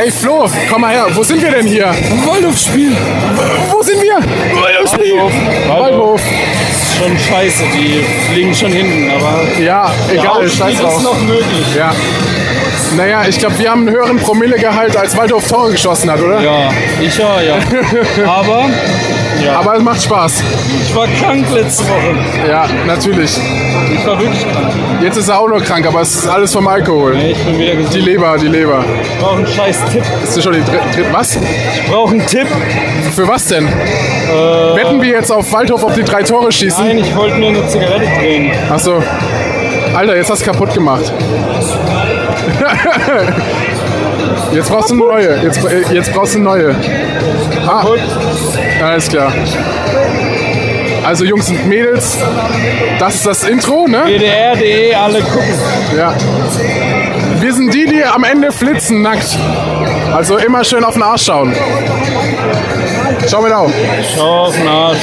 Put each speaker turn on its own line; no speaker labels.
Ey Flo, komm mal her. Wo sind wir denn hier?
Waldhofspiel.
Wo sind wir? Waldhofspiel.
Waldhof.
Waldhof.
Ist schon scheiße, die fliegen schon hinten, aber
Ja, egal.
Aufstieg
scheiß drauf.
ist noch möglich.
Ja. Naja, ich glaube, wir haben einen höheren Promillegehalt, als Waldhof Tore geschossen hat, oder?
Ja, ich ja, ja. Aber
Aber es macht Spaß.
ich war krank letzte Woche.
Ja, natürlich.
Ich war wirklich krank.
Jetzt ist er auch nur krank, aber es ist alles vom Alkohol.
Ich bin wieder
Die
gesund.
Leber, die Leber.
Ich brauche einen scheiß Tipp.
Ist das schon die dritte? Dr was?
Ich brauche einen Tipp. Äh,
Für was denn? Wetten wir jetzt auf Waldhof, ob die drei Tore schießen?
Nein, ich wollte mir eine Zigarette drehen.
Achso. Alter, jetzt hast du kaputt gemacht. jetzt brauchst du eine neue. Jetzt, äh, jetzt brauchst du eine neue. Ah,
Gut.
alles klar. Also Jungs und Mädels, das ist das Intro, ne?
DDR.de, E, alle gucken.
Ja. Wir sind die, die am Ende flitzen, nackt. Also immer schön auf den Arsch schauen. Schau mir da auf.
Schau auf den Arsch.